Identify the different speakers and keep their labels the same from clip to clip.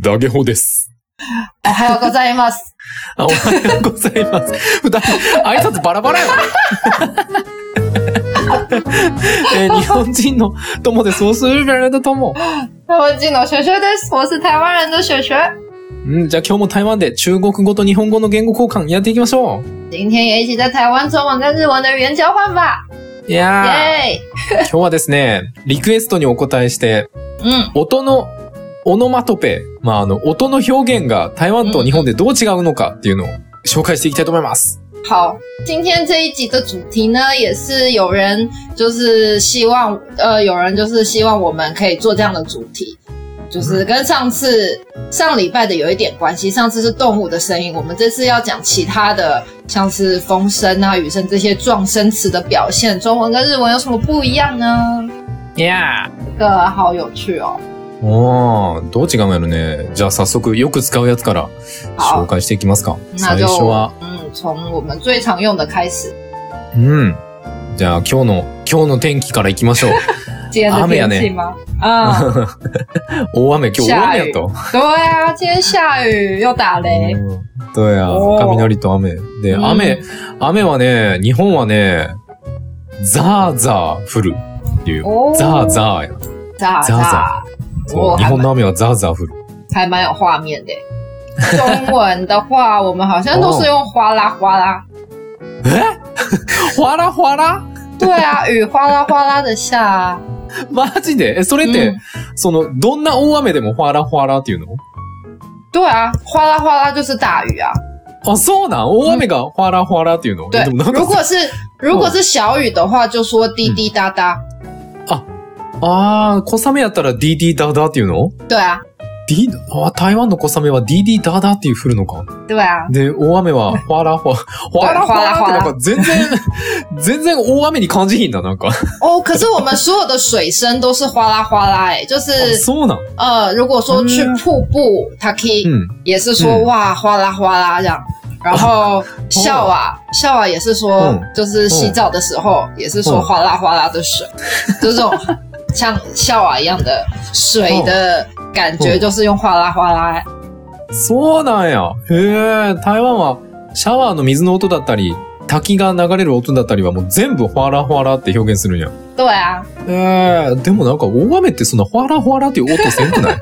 Speaker 1: ダゲホです。
Speaker 2: おはようございます。
Speaker 1: あ、おはようございます。だ挨拶バラ バラよ。えー日本人の友です。我是日本人的友。
Speaker 2: 台湾人の学学です。我是台湾人的学学。
Speaker 1: うん、じゃあ今日も台湾で中国語と日本語の言語交換やっていきましょう。
Speaker 2: 今天也一起在台湾中文跟日文的语言交换吧。
Speaker 1: いや
Speaker 2: 耶！
Speaker 1: ー、今日はですね、リクエストにお答えして、
Speaker 2: 嗯，
Speaker 1: 音のオノマトペ、まあ、あの、音の表現が台湾と日本でどう違うのかっていうのを紹介していきたいと思います。
Speaker 2: 好，今天这一集的主题呢，也是有人就是希望，呃，有人就是希望我们可以做这样的主题，就是跟上次上礼拜的有一点关系。上次是动物的声音，我们这次要讲其他的，像是风声啊、雨声这些撞声词的表现，中文跟日文有什么不一样呢？
Speaker 1: いや
Speaker 2: 这个好有趣哦。
Speaker 1: ー。おー、どう違うんやろね。じゃあ早速よく使うやつから
Speaker 2: 好
Speaker 1: 紹介していきますか。
Speaker 2: 那
Speaker 1: 最
Speaker 2: 就
Speaker 1: 初は、
Speaker 2: 嗯，从我们最常用的开始。
Speaker 1: うん。じゃあ今日の、今日の天気から行きましょ う。
Speaker 2: 今天的天气吗？ 啊、
Speaker 1: 大雨、今日大雨やと。
Speaker 2: 对啊，今天下雨又打雷。
Speaker 1: うんどうや
Speaker 2: おー、
Speaker 1: 雷と雨。で、
Speaker 2: 嗯
Speaker 1: 雨、雨はね、日本はね、ザーザー降るっていう。
Speaker 2: 哦
Speaker 1: ザーザーや。
Speaker 2: 咋
Speaker 1: 咋咋
Speaker 2: 咋，哦
Speaker 1: そ
Speaker 2: 我
Speaker 1: う、日
Speaker 2: 还
Speaker 1: 本
Speaker 2: 蛮
Speaker 1: の雨はザーザー降る。
Speaker 2: 还蛮有画面的。中文的话，我们好像都是用哗啦哗 啦。
Speaker 1: わらわら
Speaker 2: 对啊，雨哗啦哗啦的下啊。
Speaker 1: マジでえ、それって、
Speaker 2: 嗯
Speaker 1: その、どんな大雨でもわらわらっていうの
Speaker 2: 对啊，哗啦哗啦就是大雨啊。
Speaker 1: あ、そうなん大雨がわらわらっていうの、
Speaker 2: 对
Speaker 1: えでもな，ん
Speaker 2: 如
Speaker 1: か、
Speaker 2: 果是如果是小雨的话，就说滴滴答答。
Speaker 1: あー、小雨やったら DD ダダっていうの
Speaker 2: 对啊，
Speaker 1: D、あ、台湾の小雨は DD ダダっていう降るのか。
Speaker 2: 对啊，
Speaker 1: で、大雨は、わら わ、わらわらってなんか全 然、全然大雨に感じひんだ、なんか。あ
Speaker 2: 哦，可是我们所有的水声都是哗啦哗啦、欸，哎，就是
Speaker 1: そうなん
Speaker 2: 呃，如果说去瀑布，它可以
Speaker 1: うん。
Speaker 2: 也是说、
Speaker 1: 嗯
Speaker 2: 哇哗啦哗啦这样，然后笑啊笑啊也是说，
Speaker 1: 嗯
Speaker 2: 就是洗澡的时候、也是说
Speaker 1: 嗯
Speaker 2: 哗啦哗啦的水，就这种像笑啊一样的水的感觉，
Speaker 1: 嗯
Speaker 2: 就是用哗啦哗啦、欸
Speaker 1: そうなんや。へえ、台湾はシャワーの水の音だったり、滝が流れる音だったりはもう全部ホワラホワラって表現するんや。
Speaker 2: 对啊，
Speaker 1: ええ、でもなんか大雨ってそんなホワラホワラっていう音せん くない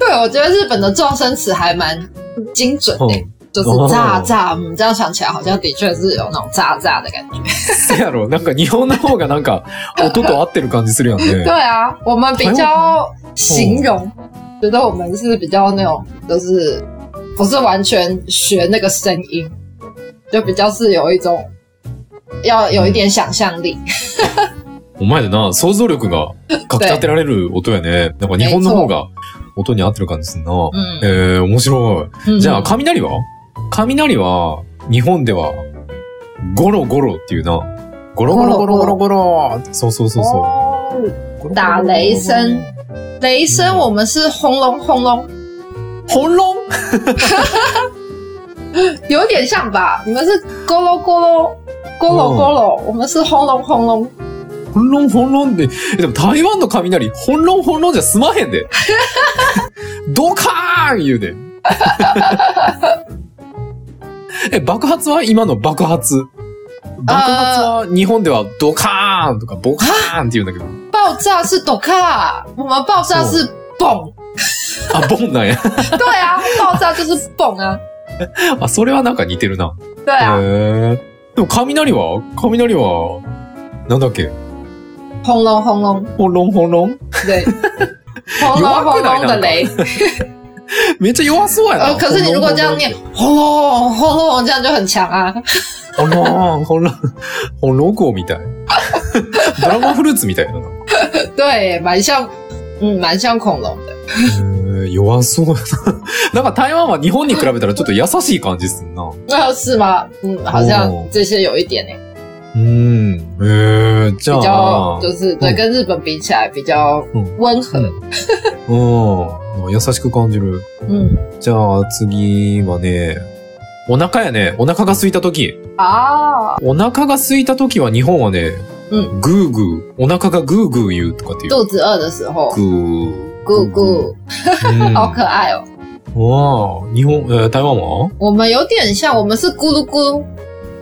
Speaker 2: 对，我觉得日本的撞声词还蛮精准的、欸
Speaker 1: うん。
Speaker 2: 就是炸炸，嗯，这样想起来好像的确是有那种炸炸的感觉。
Speaker 1: せやろ。なんか日本の方がなんか音と合ってる感じするやん
Speaker 2: 对
Speaker 1: ね。
Speaker 2: 啊，嗯我们比较形容，觉得我们是比较那种，就是不是完全学那个声音，就比较是有一种要有一点想象力。
Speaker 1: お前でな、想像力がかき立てられる音やね。なんか日本の方が音に合ってる感じするな。
Speaker 2: 嗯
Speaker 1: ええ、面白
Speaker 2: 嗯
Speaker 1: い。じゃあ、雷は雷は日本ではゴロゴロっていうな。ゴロゴロゴロゴロゴロ。そうそうそうそう。
Speaker 2: 哦，
Speaker 1: ゴロゴロゴロゴロ
Speaker 2: 打雷声。雷声我们是轰隆轰隆，
Speaker 1: ホロン
Speaker 2: 有点像吧？你们是咕噜咕噜咕噜咕噜，我们是轰隆轰隆。
Speaker 1: ホロンホロンで。えでも台湾の雷、ホロンホロンじゃ済まへん で。ドカーン言うで。 え、爆発は今の爆発。爆発は日本ではドカーンとかボカーンって言うんだけど。
Speaker 2: 爆炸是抖卡，我们爆炸是蹦。
Speaker 1: あ、ボンなんや。
Speaker 2: 对啊，爆炸就是蹦啊。
Speaker 1: あ、それはなんか似てるな。
Speaker 2: 对啊，
Speaker 1: へえ。でも雷は雷は、なんだっけ
Speaker 2: 轰隆轰隆，
Speaker 1: ホロンホロン
Speaker 2: 对，轰隆轰隆的雷。
Speaker 1: めっちゃ弱そうやな。
Speaker 2: 呃，可是你如果这样念轰隆轰隆，这样就很强啊。
Speaker 1: ホロンホロン、ホロゴみたい。ドラゴンフルーツみたいなの。
Speaker 2: 对，蛮像，嗯，蛮像恐龙的。
Speaker 1: へえ弱そうやな。なんか台湾は日本に比べたらちょっと優しい感じすんな。
Speaker 2: 那是吗？嗯，好像这些有一点呢、
Speaker 1: うん。へえじゃ
Speaker 2: 比
Speaker 1: あ
Speaker 2: 较，就是对，
Speaker 1: 嗯
Speaker 2: 跟日本比起来比较
Speaker 1: 嗯
Speaker 2: 温和。
Speaker 1: うん。優しく感じる。
Speaker 2: 嗯
Speaker 1: じゃあ次はね、お腹やね。お腹が空いた時。
Speaker 2: 啊，
Speaker 1: お腹が空いた時は日本はね、
Speaker 2: う
Speaker 1: グーグー、お腹がグーグー言うとかっていう。
Speaker 2: 肚子饿的时候，
Speaker 1: グー。
Speaker 2: 咕咕，
Speaker 1: 嗯
Speaker 2: 好可爱哦。
Speaker 1: わあ、日本、えー台湾は
Speaker 2: 我们有点像，我们是咕噜咕噜，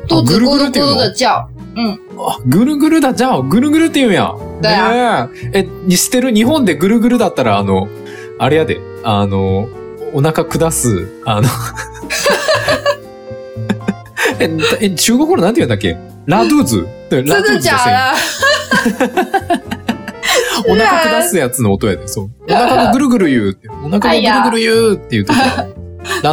Speaker 2: 肚子哦咕噜咕哦噜的叫。
Speaker 1: あ、ぐるぐるだ、じゃあ、ぐるぐるって言うんや。
Speaker 2: だ
Speaker 1: ねえ。え、にしてる日本でぐるぐるだったら、あの、あれやで、あの、お腹下す、あの、え、え中国語のなんて言うんだっけラドゥーズ。对ラ
Speaker 2: 真
Speaker 1: ドゥー
Speaker 2: 的
Speaker 1: ズの
Speaker 2: 假
Speaker 1: 声音
Speaker 2: 的？
Speaker 1: お腹下すやつの音やで、そう。お腹がぐるぐる言うって、お腹がぐるぐる言うって言うとった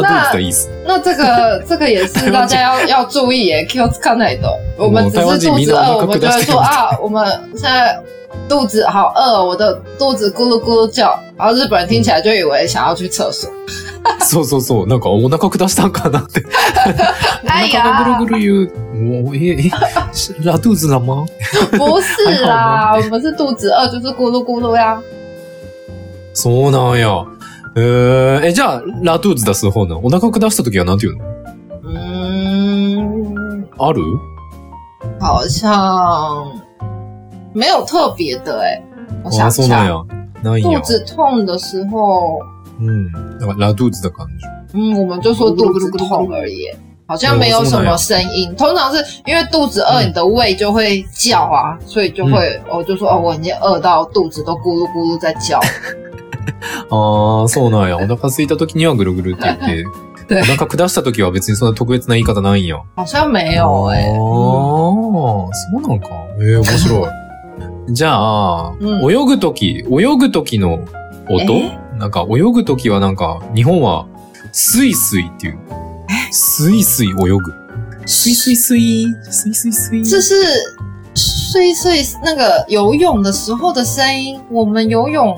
Speaker 1: ら、ラドゥーズ的意思。
Speaker 2: 那这 个这个也是大家要要注意耶，Q 看哪懂？嗯我们只是肚子饿，我们就会说啊，我们现在肚子好饿，我的肚子咕噜咕噜叫。然后日本人听起来就以为想要去厕所。
Speaker 1: そうそうそう。なんか、お腹下したんかなって。お
Speaker 2: 哎
Speaker 1: 腹が
Speaker 2: 呀
Speaker 1: ぐ，るぐる言う。もう、え、え、是ラドゥーズだ吗
Speaker 2: 不是啦，我们是肚子饿，就是咕噜咕噜呀。
Speaker 1: そうなんや。えー、え、じゃあ、ラドゥーズ出す方なのお腹下した時はなんて言うの
Speaker 2: 嗯，
Speaker 1: ある
Speaker 2: 好像没有特别的哎、我
Speaker 1: あ
Speaker 2: 想
Speaker 1: あ、そうなん
Speaker 2: 想，
Speaker 1: や。ないん
Speaker 2: 肚
Speaker 1: や。
Speaker 2: 子痛的时候，
Speaker 1: うん。だから、ラドゥーズだ感じ。
Speaker 2: 嗯，我们就说肚子痛而已，好像没有什么声音。通常是因为肚子饿，
Speaker 1: 嗯
Speaker 2: 你的胃就会叫啊，所以就会我、哦就说哦，我已经饿到肚子都咕噜咕噜在叫。
Speaker 1: ああ、そうなんや。お腹空いた時にはぐるぐるって言って。
Speaker 2: 对
Speaker 1: お腹下した時は別にそんな特別な言い方ないんや。
Speaker 2: 好像没有哎、
Speaker 1: ああ、そうなんか。ええ面白い。 じゃあ、
Speaker 2: うん
Speaker 1: 泳ぐとき、泳ぐときの音
Speaker 2: え
Speaker 1: なんか、泳ぐときはなんか、日本は、スイスイっていう。スイスイ泳ぐ。スイスイスイ、スイスイスイ。
Speaker 2: 这是睡睡那个游泳的时候的声音。我们游泳，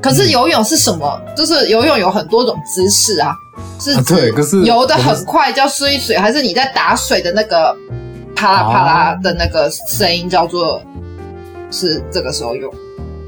Speaker 2: 可
Speaker 1: 嗯
Speaker 2: 是游泳是什么？就是游泳有很多种姿势啊，是
Speaker 1: 啊对
Speaker 2: 指
Speaker 1: 可是
Speaker 2: 游得
Speaker 1: 我们
Speaker 2: 很快叫睡水，还是你在打水的那个啪啦啪啦的那个声音叫做是这个时候用？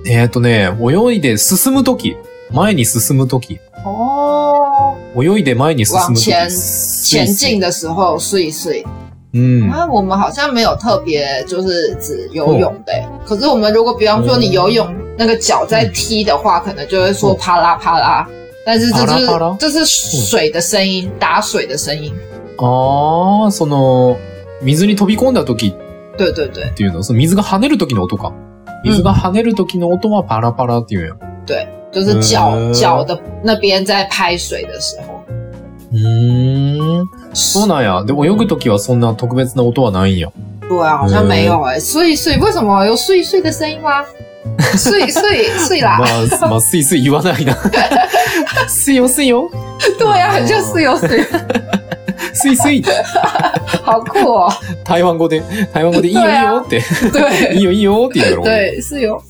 Speaker 1: えっ、とね、泳いで進むとき、前に進むとき、
Speaker 2: 哦，
Speaker 1: 泳いで前に進むとき。
Speaker 2: 往前
Speaker 1: スイ
Speaker 2: 前
Speaker 1: スイ
Speaker 2: 进。的时候睡睡。
Speaker 1: うん。
Speaker 2: 啊，我们好像没有特别就是指游泳的欸、
Speaker 1: 哦
Speaker 2: 可是我们如果比方说你游泳那个脚在踢的话，可能就会说
Speaker 1: 嗯
Speaker 2: 啪啦啪啦，但是这就是
Speaker 1: 啪啦啪啦
Speaker 2: 这是水的声音，打水的声音。
Speaker 1: ああ、その、水に飛び込んだとき
Speaker 2: 对对对
Speaker 1: っていうのその水が跳ねる時の音か。水が跳ねる時の音はパラパラっていうんや。
Speaker 2: 对，就是脚、
Speaker 1: 嗯
Speaker 2: 脚的那边在拍水的时候，
Speaker 1: うーん。そうなんや。で、泳ぐ時はそんな特別な音はないんや。
Speaker 2: 对啊，好像没有
Speaker 1: 呃
Speaker 2: 哎、欸，碎碎为什么有碎碎的声 音吗？碎碎碎啦
Speaker 1: ま，あ、まあ、すいすい言わ ないな。すいよすいよ。
Speaker 2: 对啊，
Speaker 1: 哦
Speaker 2: 很像碎有碎，
Speaker 1: すいす い。
Speaker 2: 好酷哦，
Speaker 1: 台湾語で、台湾語でいいよいいよって、い
Speaker 2: 对
Speaker 1: いよいいよって言うやろ。
Speaker 2: 对是有，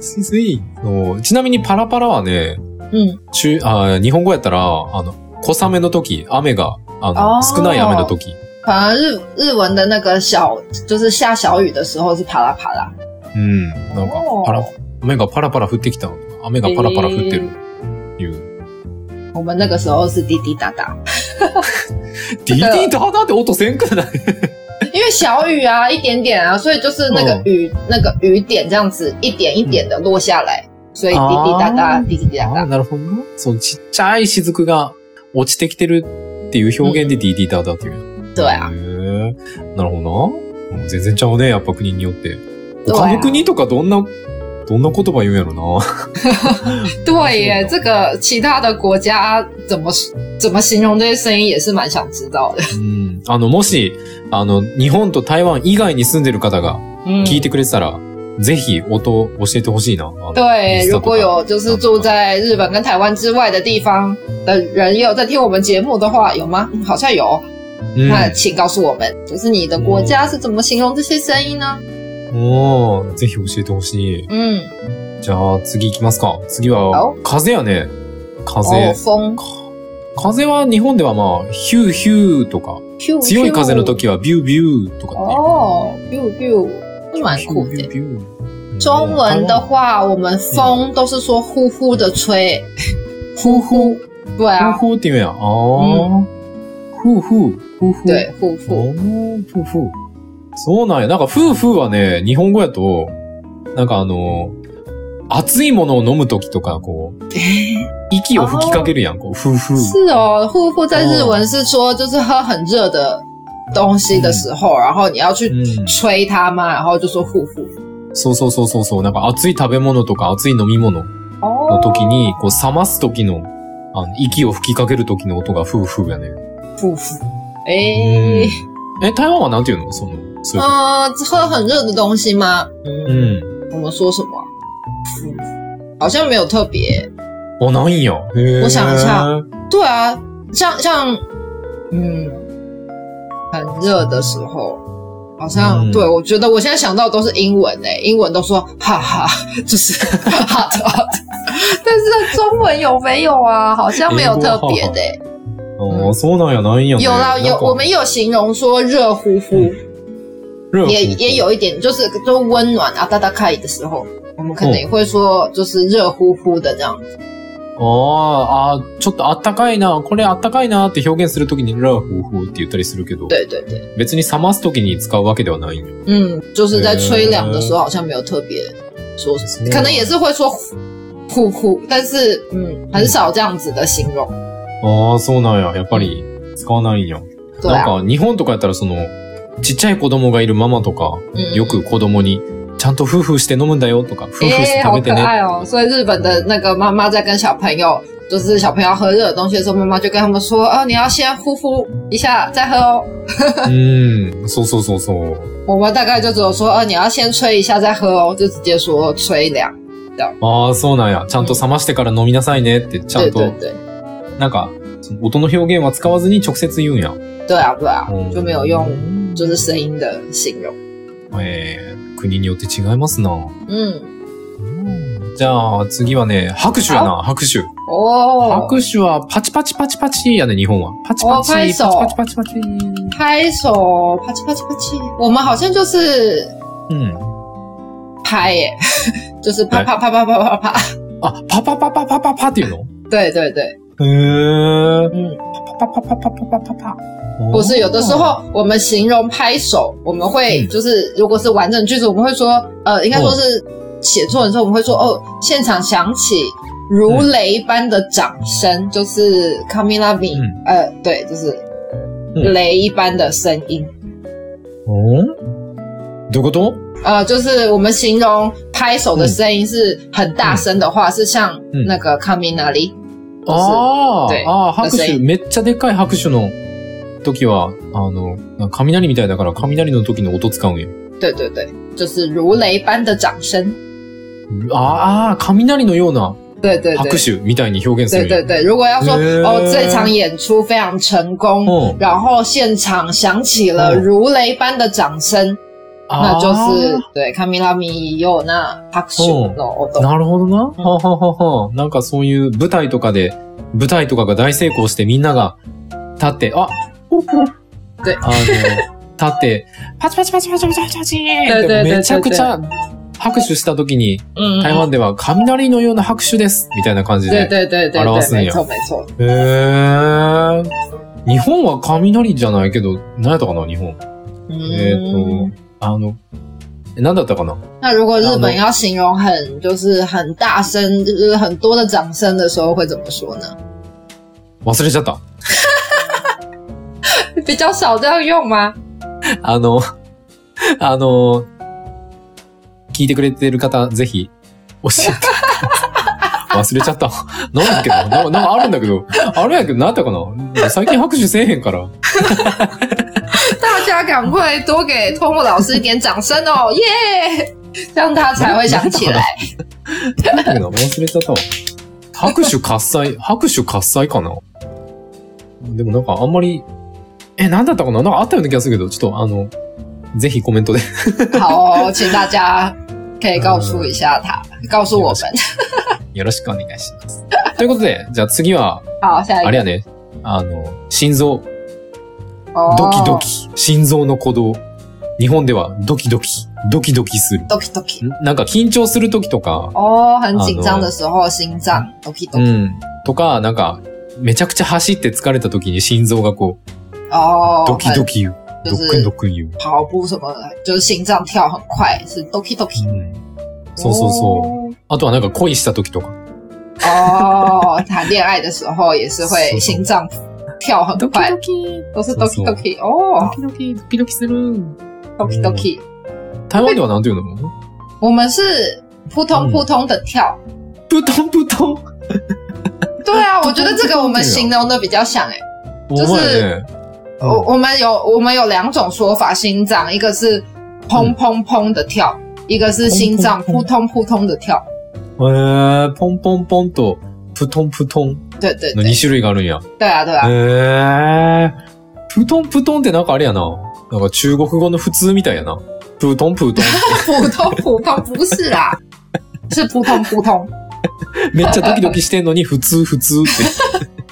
Speaker 1: すいすい。そうちなみにパラパラはね、
Speaker 2: 嗯。
Speaker 1: 中、あー日本語やったら、あの、小雨の時、雨が、あ
Speaker 2: あ
Speaker 1: の、
Speaker 2: ー
Speaker 1: 少ない雨の時。
Speaker 2: 反而日日文的那个小，就是下小雨的时候是啪啦啪啦，
Speaker 1: うん。なんか、パラ、雨がパラパラ降ってきた。雨がパラパラ降ってるっていう。
Speaker 2: 嗯我们那个时候是滴滴答答，
Speaker 1: 滴滴答答って音せんくない
Speaker 2: 因为小雨啊，一点点啊，所以就是那个
Speaker 1: 嗯
Speaker 2: 雨、那个雨点这样子一点一点的落下来，所以滴滴答答，
Speaker 1: 哦
Speaker 2: 滴滴答答。
Speaker 1: なるほどな。そのちっちゃい雫が落ちてきてるっていう表現でディディダダっていう。
Speaker 2: 对啊，
Speaker 1: へえ。なるほどな。うん全然ちゃうね、やっぱ国によって。
Speaker 2: そう
Speaker 1: 他
Speaker 2: や
Speaker 1: の国とかどんな、どんな言葉言うんやろな。
Speaker 2: 对耶
Speaker 1: 嗯，
Speaker 2: 这个其他的国家啊怎么怎么形容这些声音也是蛮想知道的。
Speaker 1: うん。あの、もし、あの、日本と台湾以外に住んでる方が
Speaker 2: 嗯，
Speaker 1: 聞いてくれてたら、ぜひ音を教えてほしいな。あの
Speaker 2: 对，
Speaker 1: Insta
Speaker 2: 如
Speaker 1: と
Speaker 2: 果
Speaker 1: か
Speaker 2: 有就是住在日本跟台湾之外的地方的人，也有在听我们节目的话，有吗？嗯好像有哦。
Speaker 1: うん
Speaker 2: 那请告诉我们，就是你的国家是怎么形容这些声音呢？
Speaker 1: もう、ぜひ教えてほしい。
Speaker 2: 嗯，
Speaker 1: じゃあ、次行きますか。次
Speaker 2: 好
Speaker 1: は、風やね。風。
Speaker 2: 哦，风，
Speaker 1: 風は日本ではまあ、ヒューヒューとか、強い風の時
Speaker 2: は。
Speaker 1: はビュービューとかっ
Speaker 2: 哦，biu biu，是蛮
Speaker 1: ていう。
Speaker 2: 酷
Speaker 1: ビュー
Speaker 2: 的。
Speaker 1: ビュービュー
Speaker 2: 中文的
Speaker 1: うん
Speaker 2: 话，我们风都是说呼呼的吹，呼呼，对
Speaker 1: 台湾
Speaker 2: 啊，
Speaker 1: フーフーって言うんや。あー。フーフー、フーフー。
Speaker 2: 对，呼呼，
Speaker 1: おー。フーフー。そうなんや。なんか、フーフーはね、日本語やと、なんかあの、熱いものを飲むときとか、こう、息を吹きかけるやん、こう、ふうふう。
Speaker 2: 是哦，护肤在日文是说就是喝很热的东西的时候，然后你要去
Speaker 1: うん。
Speaker 2: 吹它嘛，然后就说护肤。
Speaker 1: そうそうそうそうそう。なんか熱い食べ物とか熱い飲み物
Speaker 2: 哦
Speaker 1: の時に、こう、冷ます時の、あの、息を吹きかける時の音がふうふうやね。
Speaker 2: 护肤。哎，
Speaker 1: え、台湾はなんて言うのその、そういうこ
Speaker 2: 嗯、喝很热的东西嗯吗？
Speaker 1: と。うん。
Speaker 2: 我们说什么啊？好像没有特别。
Speaker 1: あ、ないんや。へー
Speaker 2: 我想一下。对啊，像像嗯，很热的时候，好像、
Speaker 1: 嗯
Speaker 2: 对我觉得我现在想到都是英文诶、英文都说哈哈，就是哈哈的。但是中文有没有啊？好像没有特别的、欸。
Speaker 1: ああ、そうなんや、ないんやね。
Speaker 2: 有啦，
Speaker 1: な
Speaker 2: 有
Speaker 1: んか
Speaker 2: 我们有形容说热乎乎，
Speaker 1: 热乎
Speaker 2: 也也有一点，就是就温暖啊，大大开的时候，我们可能也会说就是热乎乎的这样。
Speaker 1: あーあー、ちょっとあったかいな、これあったかいなって表現するときに、ラフフフって言ったりするけど、
Speaker 2: 对对对。
Speaker 1: 別に冷ますときに使うわけではないんよ。
Speaker 2: 嗯，就是在吹凉的时候好像没有特别说什么，
Speaker 1: 嗯
Speaker 2: 可能也是会说呼呼，但是嗯，很少这样子的形容。
Speaker 1: ああ、そうなんや。やっぱり使わないんや。
Speaker 2: 对
Speaker 1: なん
Speaker 2: 啊，
Speaker 1: か日本とかやったらその、ちっちゃい子供がいるママとか、
Speaker 2: 嗯
Speaker 1: よく子供に、ちゃんと夫婦して飲むんだよとか、夫婦して
Speaker 2: 哎、
Speaker 1: 食
Speaker 2: 好
Speaker 1: べて
Speaker 2: 可
Speaker 1: ね。
Speaker 2: 爱哦！所以日本的那个妈妈在跟小朋友，就是小朋友喝热的东西的时候，妈妈就跟他们说：“哦，你要先呼呼一下再喝哦。
Speaker 1: うん、そうそうそうそう。”
Speaker 2: 我们大概就只有说：“哦，你要先吹一下再喝哦。”就直接说吹凉。
Speaker 1: ああ、そうなんや。ちゃんと冷ましてから飲みなさいねって、ちゃ
Speaker 2: 对
Speaker 1: ん
Speaker 2: 对
Speaker 1: と、
Speaker 2: 对，
Speaker 1: なんか、その音の表現は使わずに直接言うんや。
Speaker 2: 对啊对啊
Speaker 1: 嗯，
Speaker 2: 就没有用就是声音的形容。
Speaker 1: えー、国によって違いますな。
Speaker 2: 嗯，
Speaker 1: じゃあ、次はね、拍手やな、拍手。
Speaker 2: 哦，
Speaker 1: 拍手はパチパチパチパチやね、日本は。パチパチ、パ
Speaker 2: お拍
Speaker 1: チ
Speaker 2: 手
Speaker 1: パチパチパチ。
Speaker 2: 拍手，啪叽啪叽啪叽。我们好像就是
Speaker 1: うん。
Speaker 2: 拍耶、 就是
Speaker 1: 哎
Speaker 2: 啪啪啪啪啪啪啪。
Speaker 1: あ、パパパパパパパっていうの
Speaker 2: 对对对，
Speaker 1: へえ。
Speaker 2: 嗯，
Speaker 1: パパパパパパパパ。
Speaker 2: 不是有的时候我们形容拍手，我们会
Speaker 1: 哦嗯
Speaker 2: 就是如果是完整句子，我们会说呃，应该说是写作的时候，我们会说哦，现场响起如雷般的掌声，就是 c a m i l a v i
Speaker 1: 嗯
Speaker 2: 呃，对，就是
Speaker 1: 嗯
Speaker 2: 雷一般的声音。
Speaker 1: うんどういうこと
Speaker 2: 呃，就是我们形容拍手的声音是很大声的话，是像
Speaker 1: 嗯
Speaker 2: 那个 coming 那里，
Speaker 1: あ
Speaker 2: 对
Speaker 1: ーあー、拍
Speaker 2: だ
Speaker 1: 手。
Speaker 2: し
Speaker 1: めっちゃでっかい拍手の時は、あの、なんか雷みたいだから雷の時の音使うんよ。
Speaker 2: 对对对，就是如雷般的掌声，
Speaker 1: あーあー、雷のような
Speaker 2: 对对对
Speaker 1: 拍，手みたいに表現す
Speaker 2: 对
Speaker 1: るんよ。
Speaker 2: 对对。如果要说
Speaker 1: 呃哦
Speaker 2: 哦，这场演出非常成功，
Speaker 1: うん。
Speaker 2: 然后现场响起了
Speaker 1: 嗯
Speaker 2: 如雷般的掌声，
Speaker 1: 啊
Speaker 2: 那就
Speaker 1: あ
Speaker 2: 是
Speaker 1: ー
Speaker 2: 对 c a m i l a m i y o 那 p a k s u
Speaker 1: 嗯
Speaker 2: no o
Speaker 1: なるほどな。はあはあはあはあなんかそういう舞台とかで、舞台とかが大成功してみんなが立って、あ
Speaker 2: で
Speaker 1: あの、立って、パチパチパチパチパチパチパチ
Speaker 2: ででで
Speaker 1: ってめちゃくちゃ拍手した時に、
Speaker 2: 嗯，
Speaker 1: 台湾では雷のような拍手ですみたいな感じ
Speaker 2: 对
Speaker 1: で。
Speaker 2: 对对对
Speaker 1: 表
Speaker 2: 对，
Speaker 1: すんや
Speaker 2: 没错没错，
Speaker 1: へー。日本は雷じゃないけど、何やったかな、日本。えっ、
Speaker 2: 嗯。
Speaker 1: と、あの、え何だったかな
Speaker 2: 那如果日
Speaker 1: 然
Speaker 2: 本
Speaker 1: 后
Speaker 2: 要形容很就是很大声，就是很多的掌声的时候会怎么说呢？
Speaker 1: 忘れちゃった。
Speaker 2: 比较少这样用吗？
Speaker 1: あの、 あの、聞いてくれてる方、ぜひ、教えて。 忘れちゃった。なんだっけなななんかあるんだけど、あれやけど、なんやったかな最近拍手せえへんから。
Speaker 2: 大家赶快多给托莫老师一点掌声哦，耶！这样他才会想起来。
Speaker 1: なんだっけな忘れちゃったわ。拍手喝采、拍手喝采かなでもなんかあんまり、え、なんだったかななんかあったような気がするけど、ちょっとあの、ぜひコメントで。
Speaker 2: 好、哦，请大家可以告诉一下他，告诉我们。
Speaker 1: よろしくお願いします。ということで、じゃあ次は、
Speaker 2: 好，下一
Speaker 1: あ
Speaker 2: 个
Speaker 1: れ。やね、あの、心臓。
Speaker 2: 哦
Speaker 1: ドキドキ。心臓の鼓動。日本ではドキドキ。ドキドキする。
Speaker 2: ドキドキ。
Speaker 1: んなんか緊張するときとか、
Speaker 2: 哦，很紧张的时候，心脏ドキド
Speaker 1: う
Speaker 2: キ。
Speaker 1: ん。とか、なんか、めちゃくちゃ走って疲れたときに心臓がこう、
Speaker 2: 哦，
Speaker 1: ドキド
Speaker 2: 很
Speaker 1: キ言う。
Speaker 2: 就
Speaker 1: ド
Speaker 2: 是
Speaker 1: ックンドックン言う。
Speaker 2: 跑步什么的，就是心脏跳很快，是ドキドキ。。
Speaker 1: 嗯うん。そうそうそうあとはなんか恋した時とか。
Speaker 2: 哦，谈恋爱的时候也是会心脏跳很快，
Speaker 1: キ
Speaker 2: 都是
Speaker 1: そう
Speaker 2: doki
Speaker 1: そう
Speaker 2: doki 哦
Speaker 1: ドキドキ、ドキドキする。
Speaker 2: ，doki
Speaker 1: 嗯
Speaker 2: doki。
Speaker 1: 台湾ではなんていうの
Speaker 2: 我们是扑通扑通的跳。
Speaker 1: プトンプトン。
Speaker 2: 对啊，我觉得这个我们
Speaker 1: 嗯哎扑通
Speaker 2: 形容的比较像诶、
Speaker 1: お
Speaker 2: 是
Speaker 1: 前ね。
Speaker 2: 我我们有我们有两种说法，心脏一个是砰砰砰的跳，一个是心脏
Speaker 1: 嗯砰砰砰
Speaker 2: 扑通扑通的跳。
Speaker 1: えー、ポンポンポンと、プトンプトン
Speaker 2: 对对
Speaker 1: の
Speaker 2: 对
Speaker 1: 2種類があるんや。
Speaker 2: 对啊对啊，
Speaker 1: えー、プトンプトンってなんかあれやな。なんか中国語の普通みたいやな。プトンプト ン。
Speaker 2: 普通普通 不是啦，是扑通扑通。
Speaker 1: めっちゃドキドキしてんのに、普通普通って。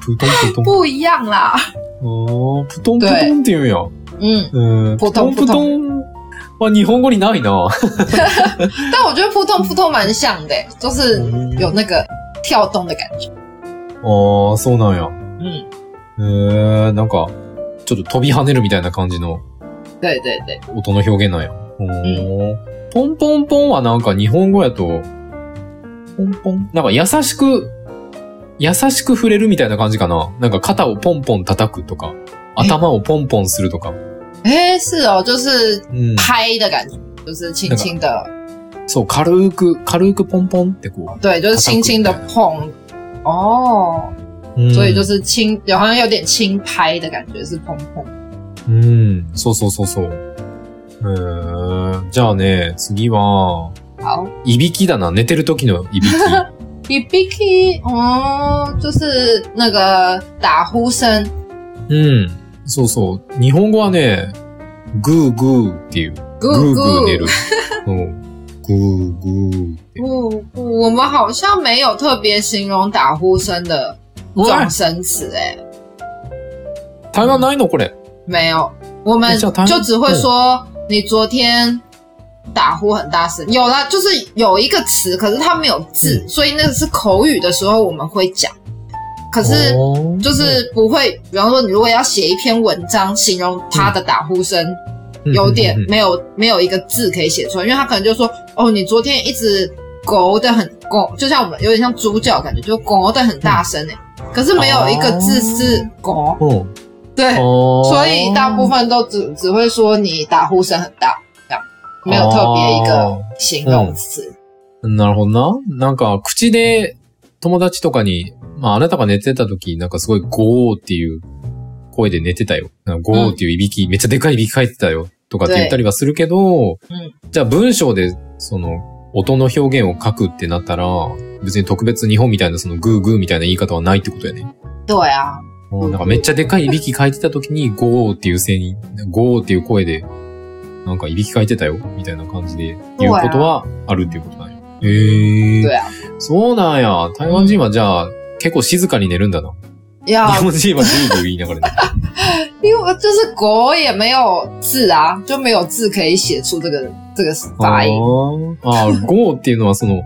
Speaker 1: プトンプトン。
Speaker 2: 不一样啦。
Speaker 1: おープトンプトンって言うんや。
Speaker 2: 嗯，
Speaker 1: うん。
Speaker 2: プトン
Speaker 1: プ
Speaker 2: プトン
Speaker 1: トンは日本語にないな。
Speaker 2: 但我觉得扑通扑通蛮像的、欸就是
Speaker 1: 嗯
Speaker 2: 有那个跳动的感觉。
Speaker 1: ああ、そうなんや。
Speaker 2: 嗯，
Speaker 1: えー、なんか、ちょっと飛び跳ねるみたいな感じの
Speaker 2: 对对对，
Speaker 1: 音の表現なんや。おーポンポンポンはなんか日本語やと、ポンポンなんか優しく、優しく触れるみたいな感じかな。なんか肩をポンポン叩くとか、頭をポンポンするとか。
Speaker 2: 哎、是哦，就是
Speaker 1: うん。
Speaker 2: 拍的感觉，就是轻轻的，
Speaker 1: そう、軽く、軽くポンポンってこ
Speaker 2: 对，就是轻轻的碰。哦，
Speaker 1: う。うん
Speaker 2: 所以就是轻，好像有点轻拍的感觉，是碰碰。
Speaker 1: うん、そうそうそうそう。えー、じゃあね、次は、
Speaker 2: 好
Speaker 1: いびきだな、寝てる時のいびき。
Speaker 2: ，ibiki，哦，就是那个打呼声。
Speaker 1: うん、そうそう。日本語はね、グーグーっていう。グ
Speaker 2: 咕
Speaker 1: ー
Speaker 2: 咕
Speaker 1: グー寝る。うん、グーグーって。
Speaker 2: 不不，我们好像没有特别形容打呼声的
Speaker 1: 喂
Speaker 2: 撞声词哎、
Speaker 1: 台湾ないのこれ。
Speaker 2: 没有，我们
Speaker 1: 那叫他嗯
Speaker 2: 就只会说你昨天打呼很大声。有啦，就是有一个词，可是它没有字，
Speaker 1: 嗯
Speaker 2: 所以那个是口语的时候我们会讲，可是
Speaker 1: おー
Speaker 2: 就是不会。比方说，你如果要写一篇文章形容他的打呼声，
Speaker 1: 嗯
Speaker 2: 有点
Speaker 1: うんうんうん
Speaker 2: 没有没有一个字可以写出来，因为他可能就说哦，你昨天一直狗的很狗，就像我们有点像猪叫的感觉，就狗的很大声哎、可是没有一个字是狗，
Speaker 1: うん。
Speaker 2: 对。
Speaker 1: おー
Speaker 2: 所以大部分都只只会说你打呼声很大，这样没有特别一个形容词。
Speaker 1: なるほどな。なんか、口で友達とかに、まあ、あなたが寝てた時、なんかすごいゴーっていう声で寝てたよ。なんかゴーっていういびき、めっちゃでかいいびき書いてたよ。とかって言ったりはするけど、
Speaker 2: うん
Speaker 1: じゃあ文章で、その、音の表現を書くってなったら、別に特別日本みたいなそのグーグーみたいな言い方はないってことやね。
Speaker 2: 对啊，
Speaker 1: うんなんかめっちゃでかいいびき書いてた時に、ゴーっていう声に、ゴーっていう声で、なんかいびき書いてたよ、みたいな感じで言うことはあるっていうことなんよ。へえー。
Speaker 2: 对啊，
Speaker 1: そうなんや。台湾人はじゃあ、結構静かに寝るんだな。
Speaker 2: 要
Speaker 1: 日本人はグーグー言いながら寝る。
Speaker 2: 因为就是国也没有字啊，就没有字可以写出这个这个发
Speaker 1: 哦
Speaker 2: 音。
Speaker 1: あーあー、ゴーっていうのはその、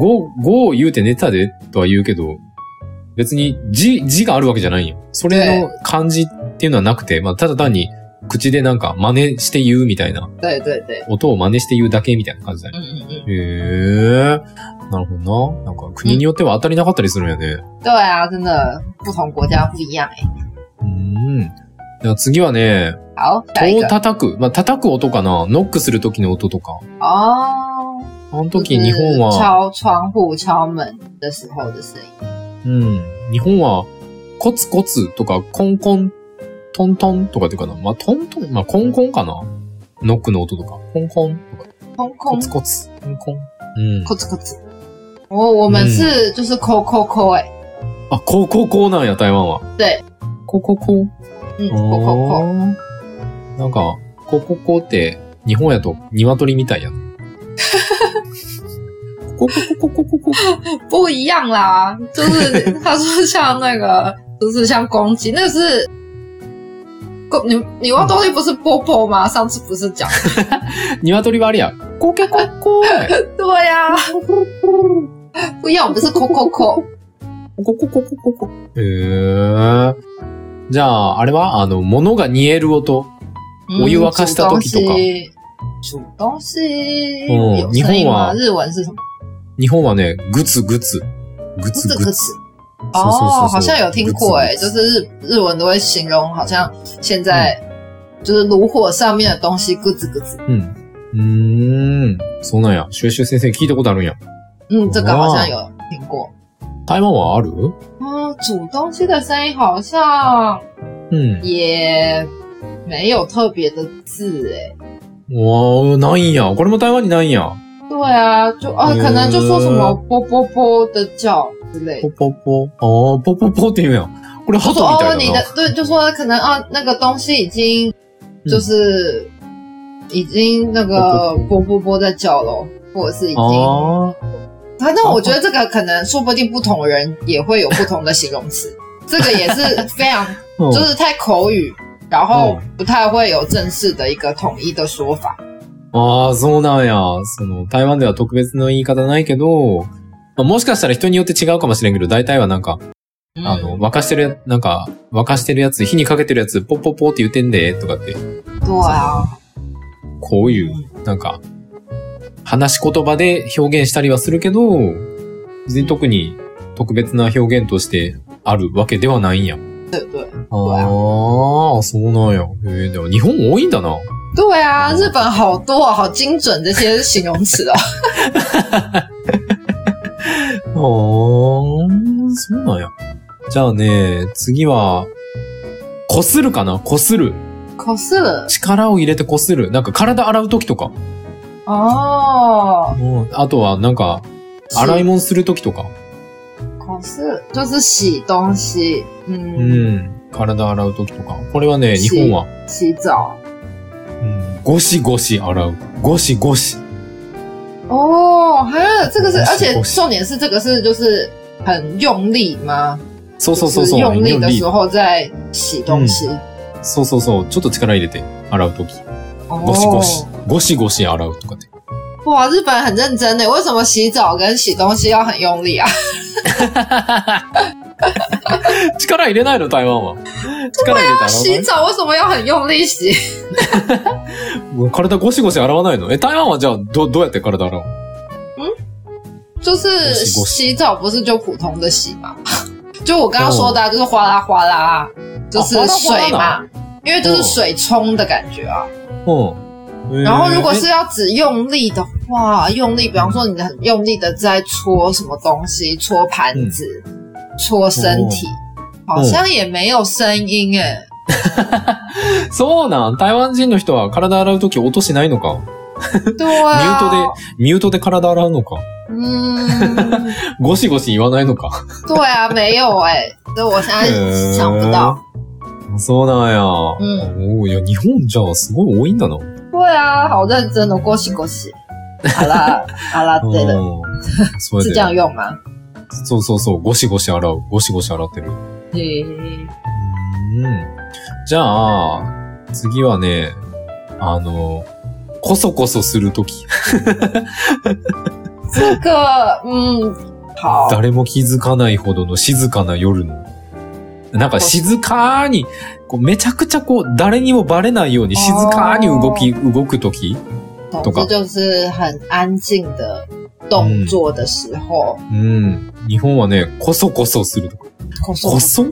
Speaker 1: ゴー、ゴー言うて寝たでとは言うけど、別に字、字があるわけじゃないんよ。それの漢字っていうのはなくて、まあ、ただ単に口でなんか真似して言うみたいな、
Speaker 2: 对对对，
Speaker 1: 音を真似して言うだけみたいな感じだよ。
Speaker 2: 嗯嗯嗯，
Speaker 1: へえ、なるほどな。なんか国によっては当たりなかったりするんやね。
Speaker 2: 对啊，真的不同国家不一样哎、
Speaker 1: うん。では次はね、
Speaker 2: 好，下一
Speaker 1: 戸を
Speaker 2: 个
Speaker 1: 叩く。まあ、叩く音かなノックする時の音とか。
Speaker 2: 哦，
Speaker 1: あの
Speaker 2: 就
Speaker 1: 時日本
Speaker 2: 是
Speaker 1: は、
Speaker 2: 哦敲窗户、敲门的时候的声音。
Speaker 1: うん。日本は、コツコツとか、コンコン、トントンとかっていうかな。まあ、トントン、まあ、コンコンかなノックの音とか。コンコンとか。
Speaker 2: 空
Speaker 1: コ
Speaker 2: 空
Speaker 1: ツコツ。コンコン。うん。
Speaker 2: 扣子扣子，我我们是就是扣扣扣哎，
Speaker 1: あ、こうこうこうなんや、台湾は。
Speaker 2: 对。
Speaker 1: こうこうこう。
Speaker 2: 嗯，扣扣扣，
Speaker 1: あーなんか、こうこうこうって、日本やと鶏みたいや ん。こうこうこうこうこうこう。
Speaker 2: 不一样啦，就是 他说像那个就是像公鸡，那是公你你忘东西不是波波吗？上次不是讲
Speaker 1: 鶏はあれや。コケコッコー
Speaker 2: 对啊呀、不一样，我们是扣扣扣，
Speaker 1: ココココココ。へえ。じゃあ、あれはあの、物が煮える音。
Speaker 2: 嗯
Speaker 1: 我以为要看是
Speaker 2: 煮
Speaker 1: 到
Speaker 2: 东
Speaker 1: 底多高
Speaker 2: 西，煮东西
Speaker 1: 哦
Speaker 2: 有
Speaker 1: 你
Speaker 2: 声音
Speaker 1: 会
Speaker 2: 吗？
Speaker 1: 吗
Speaker 2: 日文是什么？
Speaker 1: 日本はね、グツグツ。グツ
Speaker 2: 这
Speaker 1: グ
Speaker 2: 个
Speaker 1: ツ
Speaker 2: 词。
Speaker 1: そうそうそうそう
Speaker 2: 哦，好像有听过哎、
Speaker 1: グ
Speaker 2: 就
Speaker 1: ツグツ
Speaker 2: 是日日文都会形容，好像现在就是炉火上面的东西咯吱咯吱。
Speaker 1: うん。うーん。そうなんや。シュエシュエ先生聞いたことあるんや。
Speaker 2: 嗯，这个好像有听过。
Speaker 1: 台湾はある
Speaker 2: 嗯，煮东西的声音好像
Speaker 1: うん。
Speaker 2: 也没有特别的字哎、
Speaker 1: わー、ないんや。これも台湾にないんや。
Speaker 2: 对啊，就哦，
Speaker 1: 嗯
Speaker 2: 可能就说什么啵啵啵的叫之类的
Speaker 1: ポ。ポポ。あー、ポポポって言うんや。これ
Speaker 2: 就
Speaker 1: 鳩
Speaker 2: 说
Speaker 1: みたい
Speaker 2: 哦，你
Speaker 1: だ
Speaker 2: 的
Speaker 1: な。
Speaker 2: 对，就说可能啊，那个东西已经就是、已经那个啵啵啵在叫了，或者是已经，
Speaker 1: あ
Speaker 2: 反正我觉得这个可能说不定不同人也会有不同的形容词，这个也是非常
Speaker 1: ー。うん
Speaker 2: 就是太口语，然后不太会有正式的一个统一的说法。
Speaker 1: ああ、そうなんや。その、台湾では特別の言い方ないけど、まあ、もしかしたら人によって違うかもしれんけど、大体はなんか、
Speaker 2: 嗯
Speaker 1: あの、沸かしてる、なんか、沸かしてるやつ、火にかけてるやつ、ポッポッポって言ってんで、とかって、
Speaker 2: 对啊，
Speaker 1: こういう、なんか、話し言葉で表現したりはするけど、別に特に特別な表現としてあるわけではないんや。
Speaker 2: 对对
Speaker 1: ああ、そうなんや。えー、でも日本多いんだな。
Speaker 2: 对啊，日本好多好精准这些形容词哦。
Speaker 1: ああ、そうなんや。じゃあね、次は、こするかなこする。
Speaker 2: 可是了
Speaker 1: 力を入れてこする。なんか体洗うときとか。
Speaker 2: 哦，
Speaker 1: うんあとはなんか、洗い物するときとか。
Speaker 2: 可是就是洗东西，
Speaker 1: う
Speaker 2: 嗯，
Speaker 1: ん。体洗うときとか。これはね、日本
Speaker 2: し
Speaker 1: は、
Speaker 2: 洗澡
Speaker 1: うん、ゴシゴシ洗う。ゴシゴシ。
Speaker 2: 哦，还有这个是，
Speaker 1: 我洗
Speaker 2: 而且
Speaker 1: 我洗
Speaker 2: 重点是这个是就是很用力吗？
Speaker 1: そうそうそう
Speaker 2: 就是
Speaker 1: そう。
Speaker 2: 用力的
Speaker 1: 日
Speaker 2: 时
Speaker 1: 本
Speaker 2: 候在洗东西，
Speaker 1: 力そうそうそう。ちょっと力入れて洗うとき。ゴシゴシ
Speaker 2: 哦，。
Speaker 1: ゴシゴシ洗うとかって。
Speaker 2: 哇，日本很认真欸呢，为什么洗澡跟洗东西要很用力啊？
Speaker 1: 力入れないの台湾は。力入れて洗わ
Speaker 2: 洗
Speaker 1: ない
Speaker 2: 澡为什么要很用力洗？
Speaker 1: もう体ゴシゴシ洗わないのえ、台湾はじゃあ、ど、どうやって体洗うの
Speaker 2: 就是
Speaker 1: 洗过洗
Speaker 2: 洗澡不是就普通的洗吗？ 就我刚刚说的、啊，就是哗啦哗啦，就是
Speaker 1: 哦哗啦
Speaker 2: 水
Speaker 1: 哗啦
Speaker 2: 嘛，因为就是
Speaker 1: 嗯
Speaker 2: 水冲的感觉啊。
Speaker 1: うん。
Speaker 2: 然后如果
Speaker 1: え
Speaker 2: 是要只用力的话，用力，比方说你很用力的在搓什么东西，搓盘子、
Speaker 1: 嗯
Speaker 2: 搓身体，
Speaker 1: 哦
Speaker 2: 好像也没有声音欸诶、
Speaker 1: ーそうなん台湾人の人は体洗うとき音しないのかミ
Speaker 2: 对
Speaker 1: ュ
Speaker 2: 啊，
Speaker 1: ートで、ミュートで体洗うのか
Speaker 2: 嗯，
Speaker 1: ゴシゴシ言わないのか
Speaker 2: 对啊，没有诶、所以我现在想不到。
Speaker 1: 呃そうなんや。うん。おーいや、日本じゃあすごい多いんだな。
Speaker 2: 对啊，好认真的，过洗过洗。好啦，好啦，
Speaker 1: 哦
Speaker 2: 对的，
Speaker 1: うん。そう
Speaker 2: 是这
Speaker 1: や
Speaker 2: 样
Speaker 1: で。
Speaker 2: 用吗？
Speaker 1: そうそうそう。ゴシゴシ洗う。ゴシゴシ洗ってる。
Speaker 2: 诶、
Speaker 1: うん。じゃあ、次はね、あの、こそこそするとき。
Speaker 2: 这个，嗯，好，
Speaker 1: 誰も気づかないほどの静かな夜の。なんか静かに、こうめちゃくちゃこう、誰にもバレないように静かに動き、動くとき。
Speaker 2: 总之就是很安静的动作的时候，
Speaker 1: 嗯うん。日本はね、こそこそするとか。
Speaker 2: 口说
Speaker 1: こそ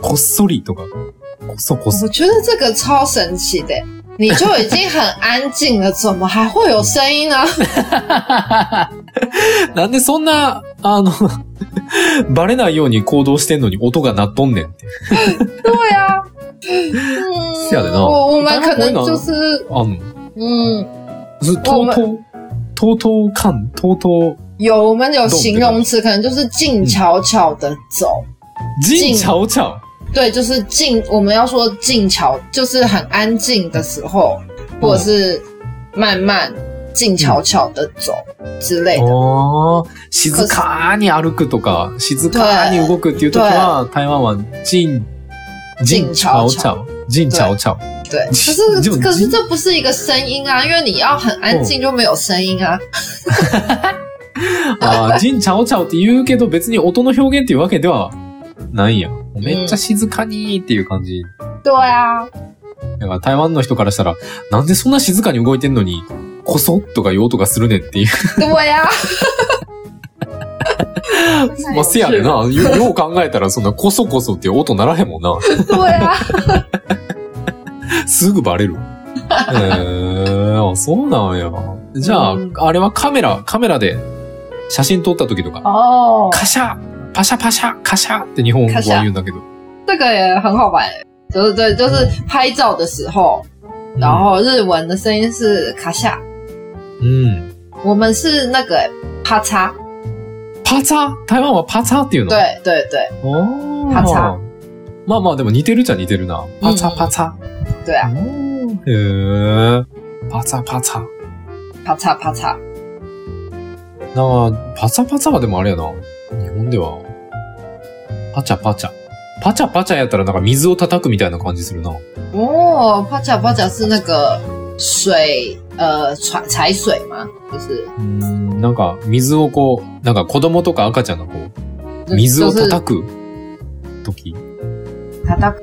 Speaker 1: こっそりとか。こそこそ。
Speaker 2: 我觉得这个超神奇的，你就已经很安静了，怎么还会有声音呢？
Speaker 1: なんでそんな、あの、 バレないように行動してんのに音が鳴っとんねんって。
Speaker 2: 对啊，
Speaker 1: 是啊对
Speaker 2: 嗯，
Speaker 1: 哦
Speaker 2: 我我们可
Speaker 1: 当然
Speaker 2: 能
Speaker 1: 不会呢
Speaker 2: 就是，
Speaker 1: あの、
Speaker 2: 嗯。
Speaker 1: 是偷偷偷偷看，偷偷
Speaker 2: 有，我们有形容词，可能就是静悄悄的走。
Speaker 1: 静悄悄。
Speaker 2: 对，就是静，我们要说静悄，就是很安静的时候，或者是慢慢静悄悄的走之类的。
Speaker 1: 哦，静かに歩くとか、静かに動くっていう時は、台湾は静静悄悄、静悄悄。
Speaker 2: 对，可
Speaker 1: 你这
Speaker 2: 是
Speaker 1: 种
Speaker 2: 可是
Speaker 1: 静
Speaker 2: 这不是一个声音啊，因为你要很安静就没有声音
Speaker 1: 哦あ
Speaker 2: 啊。
Speaker 1: ー、静悄悄って言うけど、別に音の表現っていうわけではないんや。めっちゃ静かにっていう感じ。
Speaker 2: 对啊，
Speaker 1: だから台湾の人からしたら、なんでそんな 静かに動いてんのに、こそっとか言おうとかするねんっていう。
Speaker 2: 对啊，
Speaker 1: まあ、せやでな。よ、よう考えたら、そんな、こそこそって音ならへんもんな。
Speaker 2: 对啊，
Speaker 1: すぐバ レる。へー、あそうなんや。じゃあ、
Speaker 2: うん
Speaker 1: あれはカメラ、カメラで写真撮った時とか、
Speaker 2: 哦，
Speaker 1: カシャパシャパシャカシャって日本語は言うんだけど。
Speaker 2: 这个也很好玩，就是对，就是拍照的时候，然后日文的声音是卡夏，
Speaker 1: うん。
Speaker 2: 我们是那个啪嚓，
Speaker 1: パツァ台湾はパツァっていうの
Speaker 2: 对对对
Speaker 1: おー
Speaker 2: パツァ
Speaker 1: まあまあでも似てるじゃ似てるな。パツァパツァ。
Speaker 2: 对啊，
Speaker 1: おーへえ。パツァパツァ。
Speaker 2: 啪嚓啪嚓，
Speaker 1: なあ、パツァパツァはでもあれやな。日本では。パチャパチャ。パチャパチャやったらなんか水を叩くみたいな感じするな。
Speaker 2: 哦，啪嚓啪嚓是那个水，呃，踩踩水吗？就是
Speaker 1: うーんなんか水をこう、なんか子供とか赤ちゃんがこう、水を
Speaker 2: 就是
Speaker 1: 叩く時。
Speaker 2: 啪嗒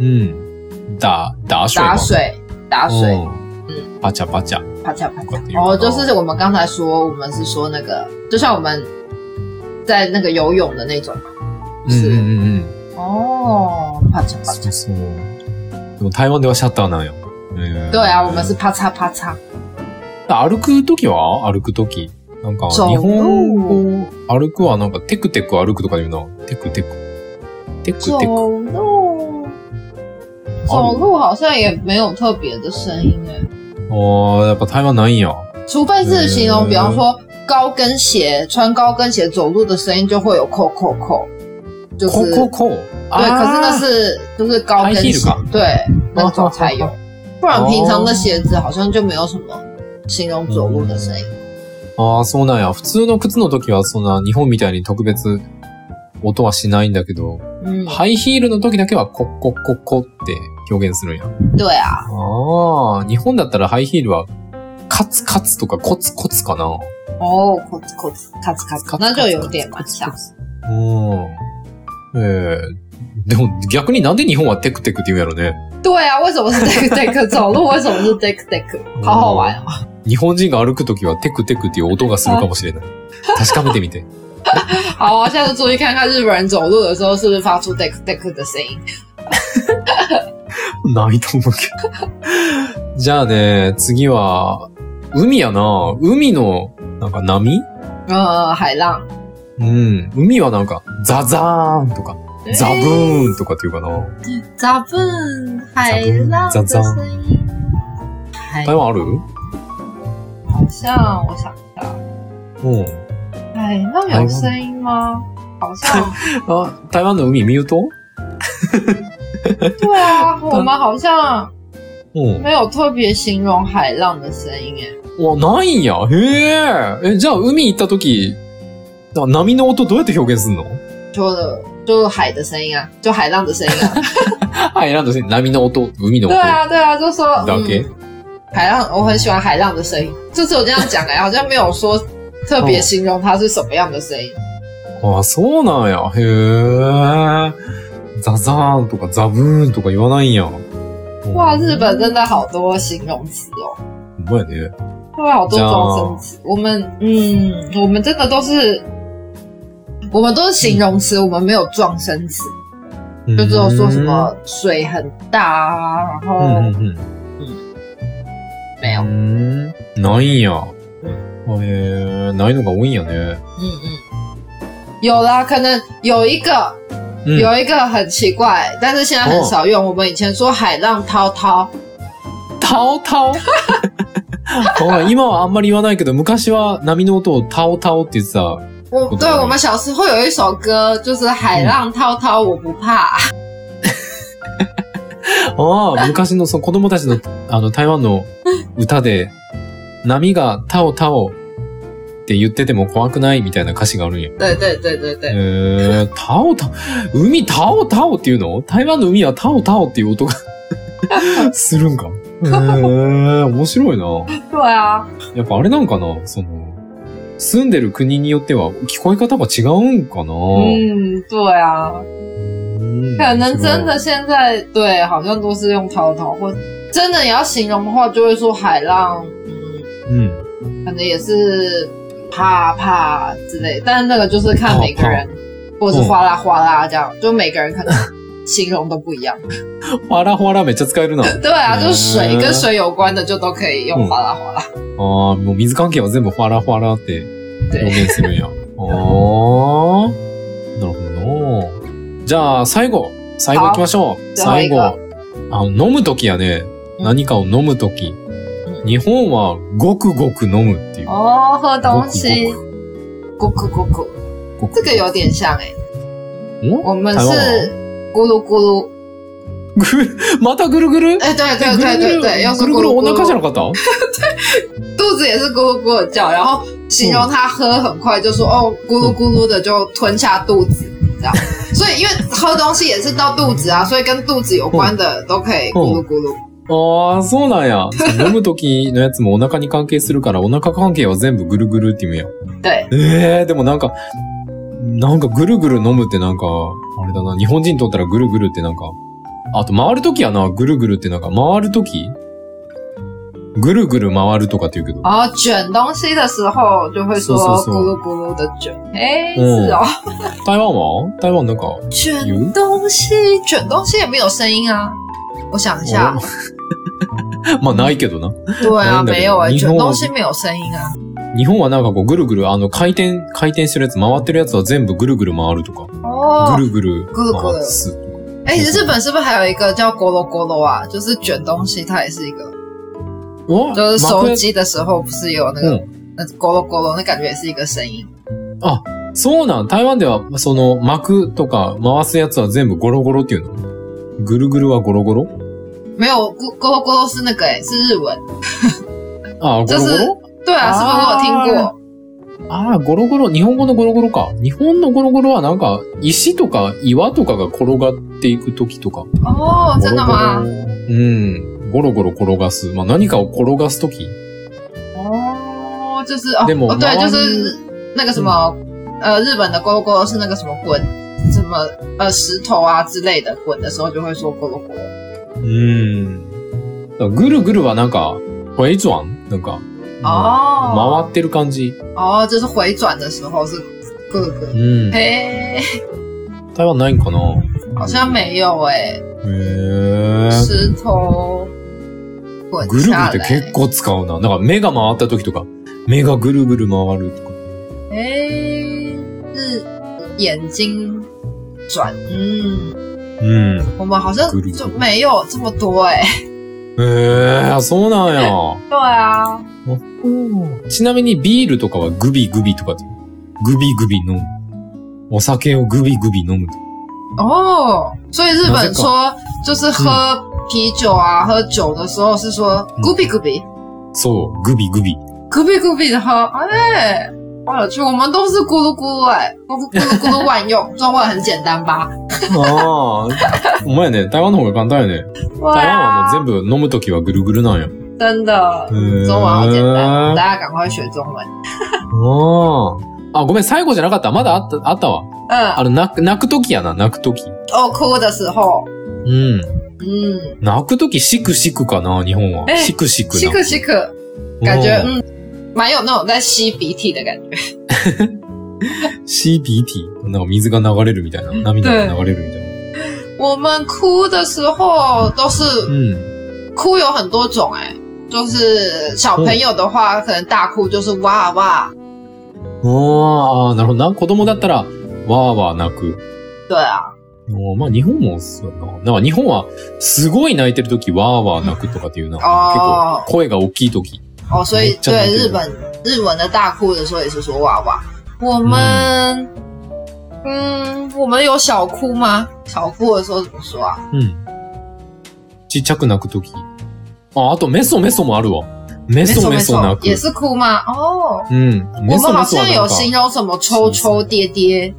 Speaker 1: うん。だ、だしょ
Speaker 2: 打水打水，
Speaker 1: うん。パチャパチャ。
Speaker 2: 啪嚓啪
Speaker 1: 快点
Speaker 2: 嚓。哦，就是我们刚才说，我们是说那个，就像我们在那个游泳的那种嘛。
Speaker 1: うん
Speaker 2: 是
Speaker 1: うんうんうん。
Speaker 2: 哦，啪嚓啪
Speaker 1: そ
Speaker 2: 嚓。
Speaker 1: うそう。でも台湾ではシャッターなんや。えー
Speaker 2: 对啊，我们是啪嚓啪嚓。
Speaker 1: 歩くときは歩くとき。なんか、
Speaker 2: そう
Speaker 1: 日本語歩くはなんか、テクテク歩くとか言うな。テクテク。テク
Speaker 2: 走
Speaker 1: テク。
Speaker 2: 路，走路好像也没有特别的声音哎，
Speaker 1: ああ、やっぱ台湾ないんや。
Speaker 2: 除非是形容，
Speaker 1: 嗯
Speaker 2: 比方说高跟鞋穿高跟鞋走路的声音就会有扣扣扣，啊就
Speaker 1: こ
Speaker 2: 是
Speaker 1: ここ。
Speaker 2: 对，可是
Speaker 1: あ
Speaker 2: 那
Speaker 1: ー
Speaker 2: 是就是高跟
Speaker 1: High heel
Speaker 2: 鞋
Speaker 1: 吧，
Speaker 2: 对，那种才有，不然平常的鞋子好像就没有什么形容走路的声音。
Speaker 1: あー、そうなんや。普通の靴の時は、そんな、日本みたいに特別、音はしないんだけど、
Speaker 2: 嗯，
Speaker 1: ハイヒールの時だけは、ここここって表現するんや。
Speaker 2: 对啊，
Speaker 1: ああ、日本だったらハイヒールは、カツカツとかコツコツかな。
Speaker 2: 哦，扣子扣子，咔哧咔哧，那就有点蛮像。
Speaker 1: うん。ええでも逆になんで日本はテクテクって言うんやろね。
Speaker 2: 对啊，为什么是 deck deck 走路？为什么是 deck deck？好好玩哦！
Speaker 1: 日本人が歩くときはテクテクっていう音がするかもしれない。確かめてみて。
Speaker 2: 好啊，下次注意看看日本人走路的时候是不是发出 deck deck 的声音。
Speaker 1: ないと思うけど。じゃあね、次は、海やな。海の、なんか波
Speaker 2: 呃，海浪，
Speaker 1: うん。海はなんか、ザザーンとか、ザブーンとかっていうかな。
Speaker 2: 杂笨哎海浪
Speaker 1: 杂
Speaker 2: 的
Speaker 1: 杂
Speaker 2: 声音。海
Speaker 1: 台湾ある
Speaker 2: 好像我想一下，
Speaker 1: うん。
Speaker 2: 海浪有声音吗？好像
Speaker 1: あ、台湾の海見ると
Speaker 2: 对啊，我们好像
Speaker 1: うん。
Speaker 2: 没有特别形容海浪的声音诶。
Speaker 1: わ、ないんや。へえ。え、じゃあ海行った時、な波の音どうやって表現す んの
Speaker 2: 就就海的声音啊，就海浪的声音啊。
Speaker 1: はい、なんとして波の音、海の
Speaker 2: 对
Speaker 1: 音。
Speaker 2: 啊，对啊，就说
Speaker 1: 了解
Speaker 2: 嗯，海浪，我很喜欢海浪的声音。这次我这样讲哎，好像没有说特别形容它是什么样的声音。
Speaker 1: あ、そうなんや。へえ。ザザーンとかザブーンとか言わないんや。
Speaker 2: 哇，日本真的好多形容词哦，
Speaker 1: ほんまやね。
Speaker 2: 对，好多周声词。我们嗯，我们真的都是。我们都是形容词，我们没有撞声词。
Speaker 1: 嗯
Speaker 2: 就只有说什么水很大啊，然
Speaker 1: う
Speaker 2: 后
Speaker 1: ん。うんうんうん。
Speaker 2: 没有，
Speaker 1: う
Speaker 2: 嗯
Speaker 1: ん。ないんや。へえ、ないのが多いんやね。
Speaker 2: 嗯，有啦，可能有一个
Speaker 1: うん。
Speaker 2: 有一个很奇怪，但是现在很
Speaker 1: 哦
Speaker 2: 少用。我们以前说海浪滔滔，
Speaker 1: タオタオほら今はあんまり言わないけど、昔は波の音をタオタオって言ってた。
Speaker 2: 我
Speaker 1: 不
Speaker 2: 对
Speaker 1: 懂
Speaker 2: 我们小时候有一首歌就是海浪滔滔我不怕，
Speaker 1: 嗯ああ、昔のその子供たちの、あの、台湾の歌で、波がタオタオって言ってても怖くないみたいな歌詞があるんや。
Speaker 2: 对对对对
Speaker 1: えー、
Speaker 2: 对，
Speaker 1: タオタオ、海タオタオっていうの台湾の海はタオタオっていう音がするんか。えー、面白いな。
Speaker 2: 对啊，
Speaker 1: やっぱあれなんかな、その、住んでる国によっては聞こえ方が違うんかな。
Speaker 2: 嗯，对啊，
Speaker 1: うん
Speaker 2: 可能真的现在对好像都是用滔滔，或真的你要形容的话，就会说海浪，嗯，
Speaker 1: うん。
Speaker 2: 可能也是啪啪之类，但是那个就是看每个人，或者是哗啦哗啦这样，就每个人可能形容都不一 样。
Speaker 1: 哗啦哗らめっちゃ使えるな。
Speaker 2: 对啊，就是水
Speaker 1: 嗯
Speaker 2: 跟水有关的就都可以用哗啦哗啦。
Speaker 1: ああ、もう水関係は全部哗ら哗らって
Speaker 2: 对
Speaker 1: 表現するんや。ああ、なるほどな。じゃあ、最後。最後行きましょう。
Speaker 2: じゃあ
Speaker 1: 最後。
Speaker 2: は
Speaker 1: あの飲むときやね。
Speaker 2: うん
Speaker 1: 何かを飲むとき。日本はごくごく飲むっていう。
Speaker 2: 哦，喝东西，咕咕咕咕，
Speaker 1: ごく
Speaker 2: 这个有点像哎、
Speaker 1: お
Speaker 2: 我们
Speaker 1: 台湾
Speaker 2: 是咕噜咕噜，
Speaker 1: ぐまたぐるぐる
Speaker 2: 哎、对对
Speaker 1: ぐ
Speaker 2: 对
Speaker 1: るぐ
Speaker 2: 对
Speaker 1: る
Speaker 2: 对，又是
Speaker 1: ぐる
Speaker 2: 咕
Speaker 1: ぐる
Speaker 2: 噜咕
Speaker 1: お
Speaker 2: 噜，
Speaker 1: 腹じゃなかった
Speaker 2: 肚子也是咕噜咕噜叫，然后形容他喝很快，就说哦咕噜咕噜的就吞下肚子这样。所以因为喝东西也是到肚子啊，所以跟肚子有关的都可以咕噜咕噜。
Speaker 1: ああ、そうなんや。そう飲む時のやつもお腹に関係するから、お腹関係は全部ぐるぐるって言うんや。
Speaker 2: 对，
Speaker 1: ええー、でもなんか、なんかぐるぐる飲むってなんか、あれだな、日本人にとったらぐるぐるってなんか、あと回る時やな、ぐるぐるってなんか、回る時ぐるぐる回るとかって言うけど。
Speaker 2: 然后哦卷东西的时候就会说
Speaker 1: 是是是
Speaker 2: 咕噜咕噜的卷，哎、
Speaker 1: 嗯
Speaker 2: 是哦，
Speaker 1: 台湾は台湾なんか、お
Speaker 2: 卷东西，卷东西也没有声音啊。我想一下，
Speaker 1: まあないけどな。
Speaker 2: 对啊，
Speaker 1: 难得
Speaker 2: 没有哎、
Speaker 1: 你
Speaker 2: 卷
Speaker 1: 说
Speaker 2: 东西没有声音啊。
Speaker 1: 日本はなんかこうぐるぐる、あの回転、回転してるやつ、回ってるやつは全部ぐるぐる回るとか。
Speaker 2: 哦
Speaker 1: ぐ，るぐる
Speaker 2: ぐるぐる
Speaker 1: 回す。
Speaker 2: 哎、日本是不是还有一个叫“咕噜咕噜”啊？就是卷东西，它也是一个，
Speaker 1: お
Speaker 2: 就是
Speaker 1: 巻
Speaker 2: 收
Speaker 1: く
Speaker 2: 机的时候不是有那个、那咕噜咕噜，那感觉也是一个声音。
Speaker 1: そうなん。台湾では、その、巻くとか回すやつは全部ゴロゴロっていうの。ぐるぐるはゴロゴロ
Speaker 2: 没有咕咕噜咕噜是那个哎、是日文。
Speaker 1: あー、ゴ
Speaker 2: 就
Speaker 1: ロ
Speaker 2: 是
Speaker 1: ゴロ
Speaker 2: 对啊，是不是我有听过？
Speaker 1: ああ、ゴロゴロ、日本語のゴロゴロか。日本のゴロゴロはなんか、石とか岩とかが転がっていくときとか。
Speaker 2: 哦，真的吗？
Speaker 1: うん。ゴロゴロ転がす。まあ何かを転がすとき。
Speaker 2: 哦，就是哦
Speaker 1: でも
Speaker 2: 哦，对，
Speaker 1: 猫
Speaker 2: 就是那个什么、呃，日本的咕噜咕噜是那个什么滚，什么呃石头啊之类的滚的时候就会说咕噜咕噜。
Speaker 1: うん。だからぐるぐるはなんか、フェイズワンなんか、
Speaker 2: 哦
Speaker 1: 回ってる感じ。
Speaker 2: 哦，就是回转的时候是咕噜咕噜。
Speaker 1: うん。
Speaker 2: 嘿，
Speaker 1: 台湾ないんかな
Speaker 2: 好像没有哎、
Speaker 1: へえ。
Speaker 2: 石头滚
Speaker 1: ぐるぐる
Speaker 2: 下
Speaker 1: って
Speaker 2: 来。
Speaker 1: 結構使うな。だから目が回ったときとか、目がぐるぐる回るとか。
Speaker 2: 哎、是眼睛转，嗯，
Speaker 1: うん。
Speaker 2: 我们好像
Speaker 1: 咕噜咕噜
Speaker 2: 就没有这么多哎、
Speaker 1: へえ、そうなんや。
Speaker 2: 对啊，
Speaker 1: ちなみにビールとかはグビグビとかって言うグビグビ飲む。お酒をグビグビ飲むと。
Speaker 2: 哦，所以
Speaker 1: 那
Speaker 2: 日
Speaker 1: 这
Speaker 2: 本
Speaker 1: 个
Speaker 2: 说就是喝啤酒啊，喝酒的时候是说
Speaker 1: 嗯
Speaker 2: 咕比咕比
Speaker 1: そう、グビグビ。
Speaker 2: 咕比咕比的喝，哎。好有趣，我们都是咕噜咕噜哎、咕噜咕噜咕噜万 用，中文很简单吧？
Speaker 1: ああ。お前ね、台湾の方が簡単よね。
Speaker 2: 对
Speaker 1: 台湾はも
Speaker 2: 啊，
Speaker 1: う全部飲むときはぐるぐるなんや。
Speaker 2: 真的，
Speaker 1: 嗯
Speaker 2: 呃中文好简单，大家赶快学中文。
Speaker 1: ああ。あ、ごめん、最後じゃなかった。まだあった、あったわ。
Speaker 2: 嗯，
Speaker 1: あの、泣く、泣くときやな、泣くとき。
Speaker 2: 哦，哭的时候，
Speaker 1: うん。
Speaker 2: 嗯，
Speaker 1: 泣くとき、しくしくかな、日本は。
Speaker 2: え
Speaker 1: しくしく泣
Speaker 2: 吸可
Speaker 1: く。
Speaker 2: 吸可，感觉嗯，蛮有那种在吸鼻涕的感觉。
Speaker 1: CBT。なんか水が流れるみたいな。涙が流れるみたいな。
Speaker 2: 我们哭的时候都是
Speaker 1: うん。
Speaker 2: 哭有很多种、哎，就是小朋友的话，可能大哭就是哇哇，
Speaker 1: ああ、なるほどな。子供だったら、わーわー泣く。
Speaker 2: 对啊，
Speaker 1: おまあ日本もそうやな。なんか日本はすごい泣いてるときわーわー泣くとかっていうな。結構
Speaker 2: 哦
Speaker 1: 声が大きいとき。
Speaker 2: 哦，所以
Speaker 1: 这样
Speaker 2: 对
Speaker 1: 就
Speaker 2: 日本日文的大哭的时候也是说哇哇，我们。嗯，我们有小哭吗？小哭的时候怎么说啊？
Speaker 1: うん。ちっちゃく泣くとき。あ、あとメソメソもあるわ。メソメソ泣く
Speaker 2: 也。是哭吗？哦，
Speaker 1: うん。
Speaker 2: 我
Speaker 1: メ
Speaker 2: 们
Speaker 1: ソ
Speaker 2: 好
Speaker 1: メソは
Speaker 2: 像
Speaker 1: な
Speaker 2: 有
Speaker 1: んか、
Speaker 2: 形容什么抽抽跌跌，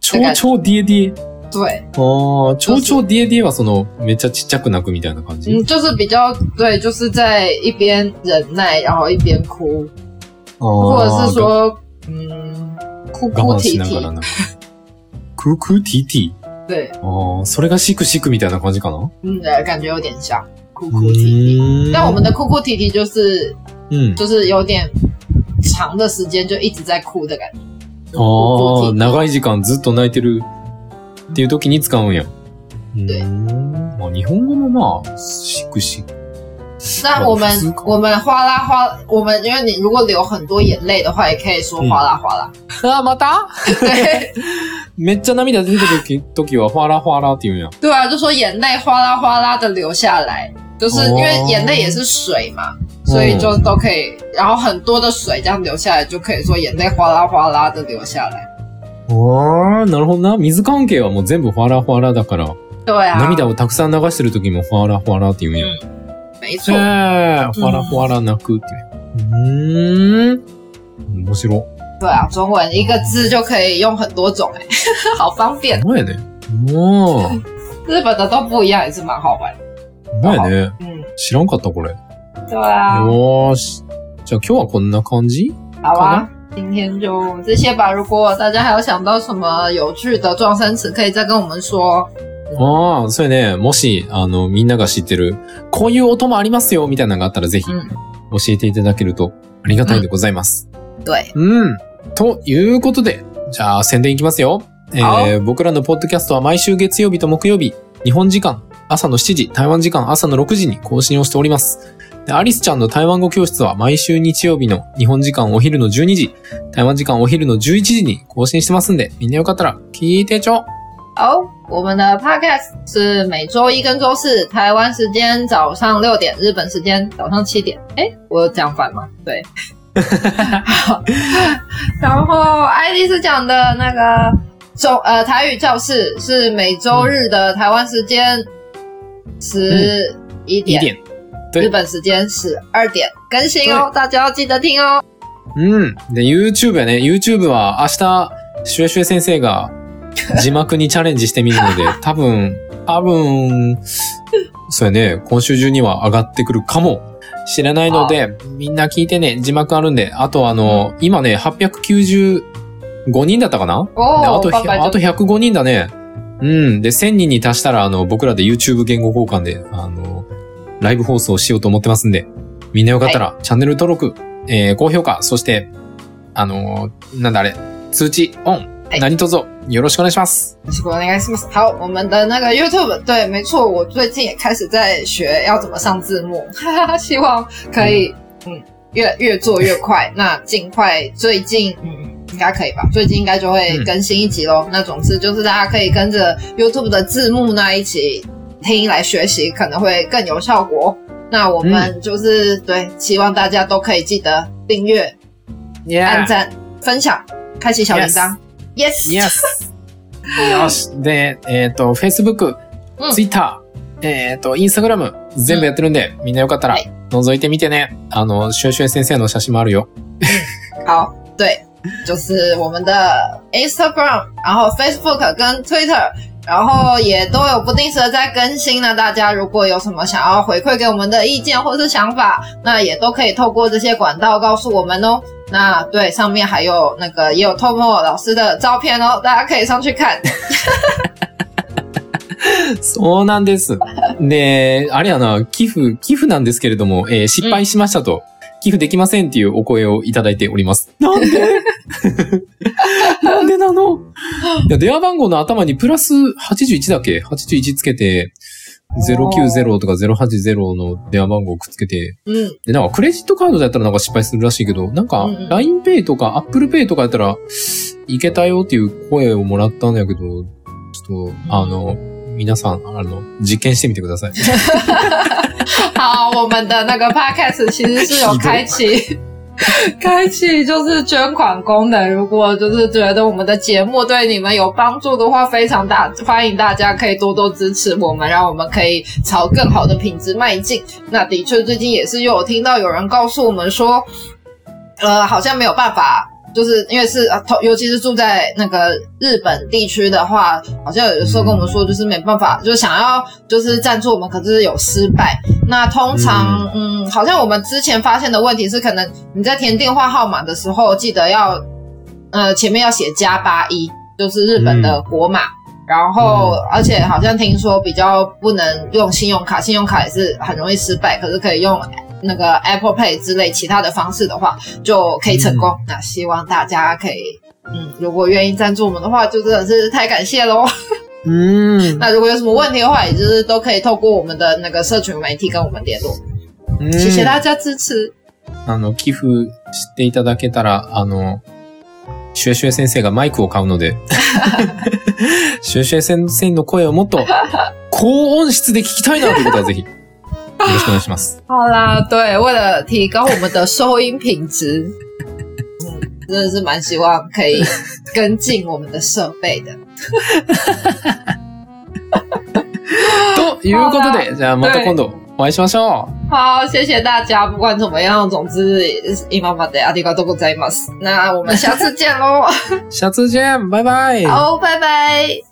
Speaker 1: ちょうちょうディエディエ。
Speaker 2: 对，
Speaker 1: ああ、ちょうちょうディエディエはその、めっちゃちっちゃく泣くみたいな感じ。
Speaker 2: 嗯，就是比较对，就是在一边忍耐，然后一边哭，
Speaker 1: あ
Speaker 2: 或者
Speaker 1: あ
Speaker 2: 是说，嗯，哭
Speaker 1: が
Speaker 2: 哭
Speaker 1: 我慢
Speaker 2: 啼
Speaker 1: しなが
Speaker 2: 啼
Speaker 1: ら，泣く。クークーティーティー。
Speaker 2: 对，
Speaker 1: ああ、それがシクシクみたいな感じかな
Speaker 2: 嗯，对感觉有点像哭
Speaker 1: う
Speaker 2: 哭啼啼。
Speaker 1: ーん
Speaker 2: 但我们的哭哭啼啼就是
Speaker 1: うん。
Speaker 2: 就是有点长的时间就一直在哭的感觉。
Speaker 1: ああ、
Speaker 2: TT
Speaker 1: 長い時間ずっと泣いてるっていう時に使うんや。う
Speaker 2: 对
Speaker 1: ーん。まあ日本語もまあ、しくしく。
Speaker 2: 那我们
Speaker 1: 我思考
Speaker 2: 我们哗啦哗，我们因为你如果流很多眼泪的话，也可以说哗啦哗啦。
Speaker 1: あー、また
Speaker 2: 对
Speaker 1: めっちゃ涙出てる時時は、ファラファラって言うんや。
Speaker 2: 对啊，就说眼泪哗啦哗啦的流下来，就是因为眼泪也是水嘛，所以就都可以，然后很多的水这样流下来，就可以说眼泪哗啦哗啦的流下来。
Speaker 1: ああ、なるほどな。水関係はもう全部ファラファラだから、
Speaker 2: 对啊，
Speaker 1: 涙をたくさん流してる時もファラファラって言うんや。
Speaker 2: 嗯没错。
Speaker 1: えー、ファラファラ泣くっていう。うーん。面白い。
Speaker 2: 对啊，中文一个字就可以用很多种、欸， 好方便。
Speaker 1: うまいね。おー。
Speaker 2: 日本的都不一样，也是蛮好玩的。
Speaker 1: うまいね。
Speaker 2: 嗯，
Speaker 1: 知らんかった、これ。
Speaker 2: 对啊，
Speaker 1: よーし。じゃ啊今日はこんな感じ
Speaker 2: 好啊。今天就这些吧。如果大家还有想到什么有趣的撞生词，可以再跟我们说。
Speaker 1: ああ、そうやね。もし、あの、みんなが知ってる、こういう音もありますよ、みたいなのがあったらぜひ、
Speaker 2: うん
Speaker 1: 教えていただけるとありがたいでございます。
Speaker 2: 对，
Speaker 1: うん。ということで、じゃあ宣伝いきますよ。えー僕らのポッドキャストは毎週月曜日と木曜日、日本時間朝の7時、台湾時間朝の6時に更新をしております。でアリスちゃんの台湾語教室は毎週日曜日の日本時間お昼の12時、台湾時間お昼の11時に更新してますんで、みんなよかったら聞いてちょ
Speaker 2: 好，我们的 podcast 是每周一跟周四，台湾时间早上六点，日本时间早上七点。哎、我有讲反吗？ 对。好，然后爱丽丝讲的那个中呃台语教室是每周日的台湾时间十一
Speaker 1: 嗯一
Speaker 2: 点，
Speaker 1: 点。对
Speaker 2: 日本时间十二点更新哦，大家要记得听哦。
Speaker 1: うん。で、YouTube やね。YouTube は明日、シュエシュエ先生 が字幕にチャレンジしてみるので、多分、多分、そうやね。今週中には上がってくるかもしれないので、みんな聞いてね。字幕あるんで。あとあの、今ね、895人だったかなであ
Speaker 2: 哦，
Speaker 1: と、
Speaker 2: 拜拜
Speaker 1: あと105人だね。うん。で、1000人に達したら、あの、僕らで YouTube 言語交換で、あの、ライブ放送しようと思ってますんで、みんなよかったら、チャンネル登録、えー、高評価、そして、あのーなんだあれ、通知オン、
Speaker 2: はい
Speaker 1: 何卒よろしくお願いします。
Speaker 2: 我应该是好，我们的那个 YouTube 对，没错，我最近也开始在学要怎么上字幕， 哈哈，希望可以嗯越越做越快，那尽快最近嗯应该可以吧，最近应该就会
Speaker 1: 嗯
Speaker 2: 更新一集喽。那总之就是大家可以跟着 YouTube 的字幕那一起听来学习，可能会更有效果。那我们就是、对，希望大家都可以记得订阅、按赞、分享、开启小铃铛。Yes，,
Speaker 1: Yes! よし。で、えっ、と、Facebook
Speaker 2: う、ん
Speaker 1: Twitter、えっ、と、Instagram、全部やってるんで、みんなよかったら
Speaker 2: はい、
Speaker 1: 覗いてみてね。あの、シュエシュエ先生の写真もあるよ。
Speaker 2: 好，对，就是我们的 Instagram，然后 Facebook 跟 Twitter，然后也都有不定时的在更新。那大家如果有什么想要回馈给我们的意见或是想法，那也都可以透过这些管道告诉我们哦。那对，上面还有那个也有 Tomo 老师的照片哦，大家可以上去看。
Speaker 1: そうなんです。で、あれやな、寄付、寄付なんですけれども、えー失敗しましたと、寄付できませんっていうお声をいただいております。なんで なんでなのいや電話番号の頭にプラス81だっけ ?81 つけて、090とか080の電話番号をくっつけて、
Speaker 2: 嗯，
Speaker 1: で、なんかクレジットカードだったらなんか失敗するらしいけど、なんか
Speaker 2: うんうん
Speaker 1: LINEPay とか ApplePay とかやったらいけたよっていう声をもらったんだけど、ちょっと、あの、皆さん、あの、実験してみてくださ い。
Speaker 2: 好，我们的那个 Podcast 其实是有开启。 开启就是捐款功能，如果就是觉得我们的节目对你们有帮助的话，非常大欢迎大家可以多多支持我们，让我们可以朝更好的品质迈进。那的确，最近也是又有听到有人告诉我们说，呃，好像没有办法，就是因为是，呃同尤其是住在那个日本地区的话，好像有时候跟我们说，就是没办法，就是想要就是赞助我们，可是有失败。那通常，嗯好像我们之前发现的问题是，可能你在填电话号码的时候，记得要，呃，前面要写加八一，就是日本的国码。然后，而且好像听说比较不能用信用卡，信用卡也是很容易失败，可是可以用那个 Apple Pay 之类其他的方式的话，就可以成功。那希望大家可以，嗯，如果愿意赞助我们的话，就真的是太感谢喽。
Speaker 1: 嗯
Speaker 2: 那如果有什么问题的话，也就是都可以透过我们的那个社群媒体跟我们联络。
Speaker 1: うん
Speaker 2: 谢谢大家支持。
Speaker 1: あの、寄付していただけたら、あの、シュエシュエ先生がマイクを買うの で、シュエシュエ先生の声をもっと高音質で聞きたいなということはぜひ、よろしくお願いします。
Speaker 2: 好啦，对，为了提高我们的收音品质，嗯，真的是蛮希望可以跟进我们的设备的。
Speaker 1: ということで、じゃあまた今度お会いしましょう。
Speaker 2: 好，谢谢大家。不管怎么样，总之，今までありがとうございます。那我们下次见喽。
Speaker 1: シャツジェーンバイバイ
Speaker 2: 好，拜拜。